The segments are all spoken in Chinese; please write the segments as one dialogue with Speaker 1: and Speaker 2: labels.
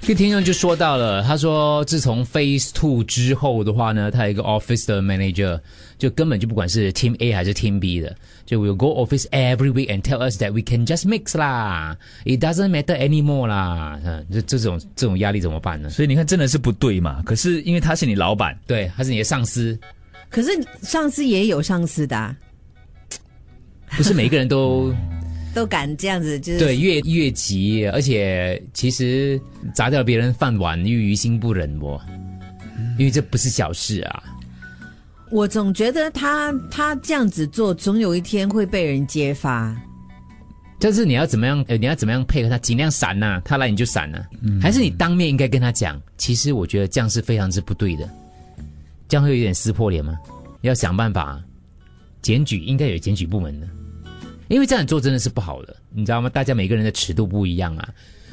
Speaker 1: 这听众就说到了，他说自从 Phase Two 之后的话呢，他有一个 Office 的 Manager，就根本就不管是 Team A 还是 Team B 的，就 We'll go office every week and tell us that we can just mix 啦，It doesn't matter anymore 啦，嗯，这这种这种压力怎么办呢？
Speaker 2: 所以你看，真的是不对嘛。可是因为他是你老板，
Speaker 1: 对，他是你的上司，
Speaker 3: 可是上司也有上司的、啊，
Speaker 1: 不是每一个人都。
Speaker 3: 都敢这样子，就是
Speaker 1: 对，越越急，而且其实砸掉别人饭碗又于心不忍哦，因为这不是小事啊。
Speaker 3: 我总觉得他他这样子做，总有一天会被人揭发。
Speaker 1: 但是你要怎么样？呃，你要怎么样配合他？尽量闪呐、他来你就闪呐、还是你当面应该跟他讲？其实我觉得这样是非常之不对的，这样会有点撕破脸吗？要想办法检举，应该有检举部门的，因为这样做真的是不好的，你知道吗？大家每个人的尺度不一样啊。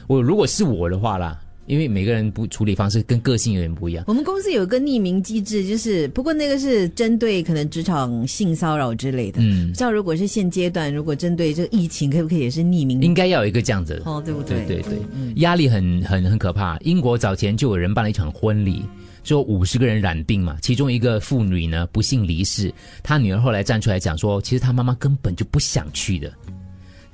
Speaker 1: 我如果是我的话啦，因为每个人不处理方式跟个性有点不一样，
Speaker 3: 我们公司有一个匿名机制，就是不过那个是针对可能职场性骚扰之类的。
Speaker 1: 嗯
Speaker 3: 不知道如果是现阶段，如果针对这个疫情，可不可以也是匿名？
Speaker 1: 应该要有一个这样子的。
Speaker 3: 哦，对不
Speaker 1: 嗯对对对，
Speaker 2: 嗯
Speaker 1: 压力很很很可怕。英国早前就有人办了一场婚礼，说五十个人染病嘛，其中一个妇女呢不幸离世，她女儿后来站出来讲说，其实她妈妈根本就不想去的。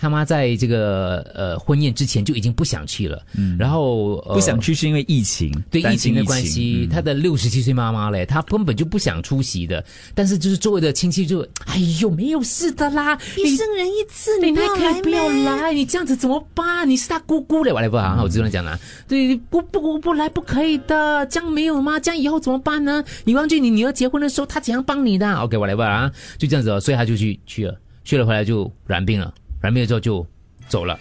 Speaker 1: 她妈在这个呃婚宴之前就已经不想去了，然后、呃
Speaker 2: 嗯不想去是因为疫情，
Speaker 1: 对
Speaker 2: 担
Speaker 1: 疫
Speaker 2: 心
Speaker 1: 情的关系，
Speaker 2: 嗯
Speaker 1: 他的六十七岁妈妈嘞，她根本就不想出席的。但是就是周围的亲戚就，哎呦，没有事的啦，
Speaker 3: 一
Speaker 1: 你
Speaker 3: 生人一次，
Speaker 1: 你
Speaker 3: 你不
Speaker 1: 那
Speaker 3: 要
Speaker 1: 可
Speaker 3: 来
Speaker 1: 以不要
Speaker 3: 咩
Speaker 1: 来，你这样子怎么办？你是他姑姑嘞，我来不啊，我就这样讲啦。对，不不不不来不可以的，这样没有吗？这样以后怎么办呢？你忘记你女儿结婚的时候，她怎样帮你的？OK，我来吧啊，就这样子哦，所以他就去去了，去了回来就染病了，染病了之后就走了。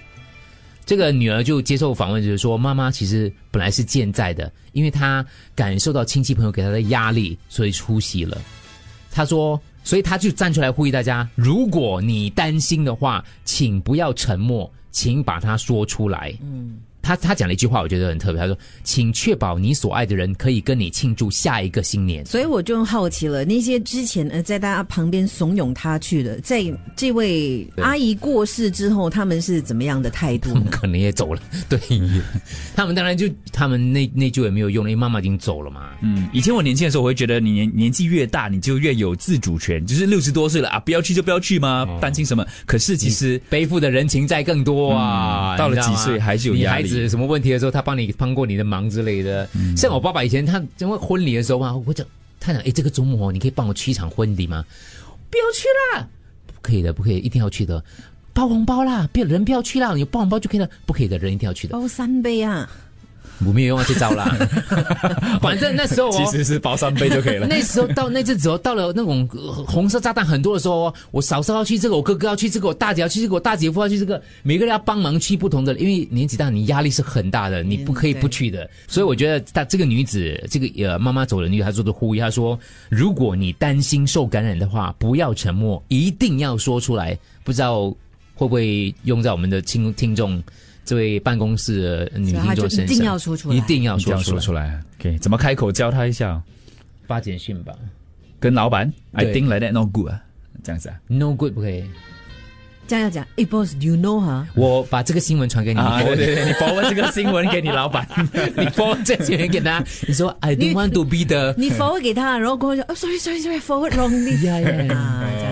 Speaker 1: 这个女儿就接受访问，就是说，妈妈其实本来是健在的，因为她感受到亲戚朋友给她的压力，所以出席了。她说，所以她就站出来呼吁大家：如果你担心的话，请不要沉默，请把它说出来。嗯，她她讲了一句话，我觉得很特别。她说：“请确保你所爱的人可以跟你庆祝下一个新年。”
Speaker 3: 所以我就好奇了，那些之前呃在大家旁边怂恿他去的，在这位
Speaker 1: 对
Speaker 3: 阿姨过世之后，他们是怎么样的态度
Speaker 1: 他们？可能也走了，对，他们当然就他们内内疚也没有用了，因为妈妈已经走了嘛。
Speaker 2: 嗯，以前我年轻的时候，我会觉得你年年纪越大，你就越有自主权，就是六十多岁了啊，不要去就不要去嘛，担心什么？可是其实
Speaker 1: 背负的人情债更多啊！
Speaker 2: 嗯到了
Speaker 1: 你知道吗
Speaker 2: 几岁还是有
Speaker 1: 你
Speaker 2: 压
Speaker 1: 孩
Speaker 2: 力嗯
Speaker 1: 子有什么问题的时候，他帮你帮过你的忙之类的。像我爸爸以前他因为婚礼的时候啊，我讲他讲哎，诶这个周末哦你可以帮我去一场婚礼吗？不要去啦，不可以的，不可以，一定要去的。包红包啦，不要人不要去啦，你包红包就可以了，不可以的人一定要去
Speaker 2: 哦
Speaker 1: 的。
Speaker 3: 包三杯啊！
Speaker 1: 我没有用啊，这招 啦。反正那时候、哦、
Speaker 2: 其实是包三杯就 可以了。
Speaker 1: 那时候到那阵子哦，到了那种呃红色炸弹很多的时候哦，我嫂嫂要去这个，我哥哥要去这个，我大姐要去这个，我大姐夫要去这个，每个人要帮忙去不同的，因为年纪大，你压力是很大的，你不可以不去的。所以我觉得她这个女子，这个呃妈妈走的女子，她做的呼吁，她说，如果你担心受感染的话，不要沉默，一定要说出来。不知道会不会用在我们的听听众这位办公室的女
Speaker 3: 所以
Speaker 1: 听
Speaker 3: 他就
Speaker 1: 众
Speaker 3: 一
Speaker 1: 身上，
Speaker 3: 定要说出来
Speaker 1: 一定要
Speaker 2: 你这
Speaker 1: 说
Speaker 2: 样
Speaker 1: 出
Speaker 2: 说
Speaker 1: 来，
Speaker 2: 出来，OK，怎么开口教他一下哦？
Speaker 1: 发简讯吧。
Speaker 2: 跟老板，I
Speaker 1: 对
Speaker 2: think like that not good 啊，这样子啊。
Speaker 1: No good 不可以。
Speaker 3: 这样要讲，哎，boss，you know 哈、
Speaker 1: 我把这个新闻传给你，
Speaker 2: 啊，
Speaker 1: 你给
Speaker 2: 对
Speaker 1: 我
Speaker 2: 对对， 你 forward 这个新闻 给你老板，
Speaker 1: 你播这些人给他，你说 I don't want to be the，
Speaker 3: 你 forward 给他，然后跟我讲，哦，sorry，sorry，sorry，forward wrongly
Speaker 1: 呀呀呀
Speaker 3: 啊，这样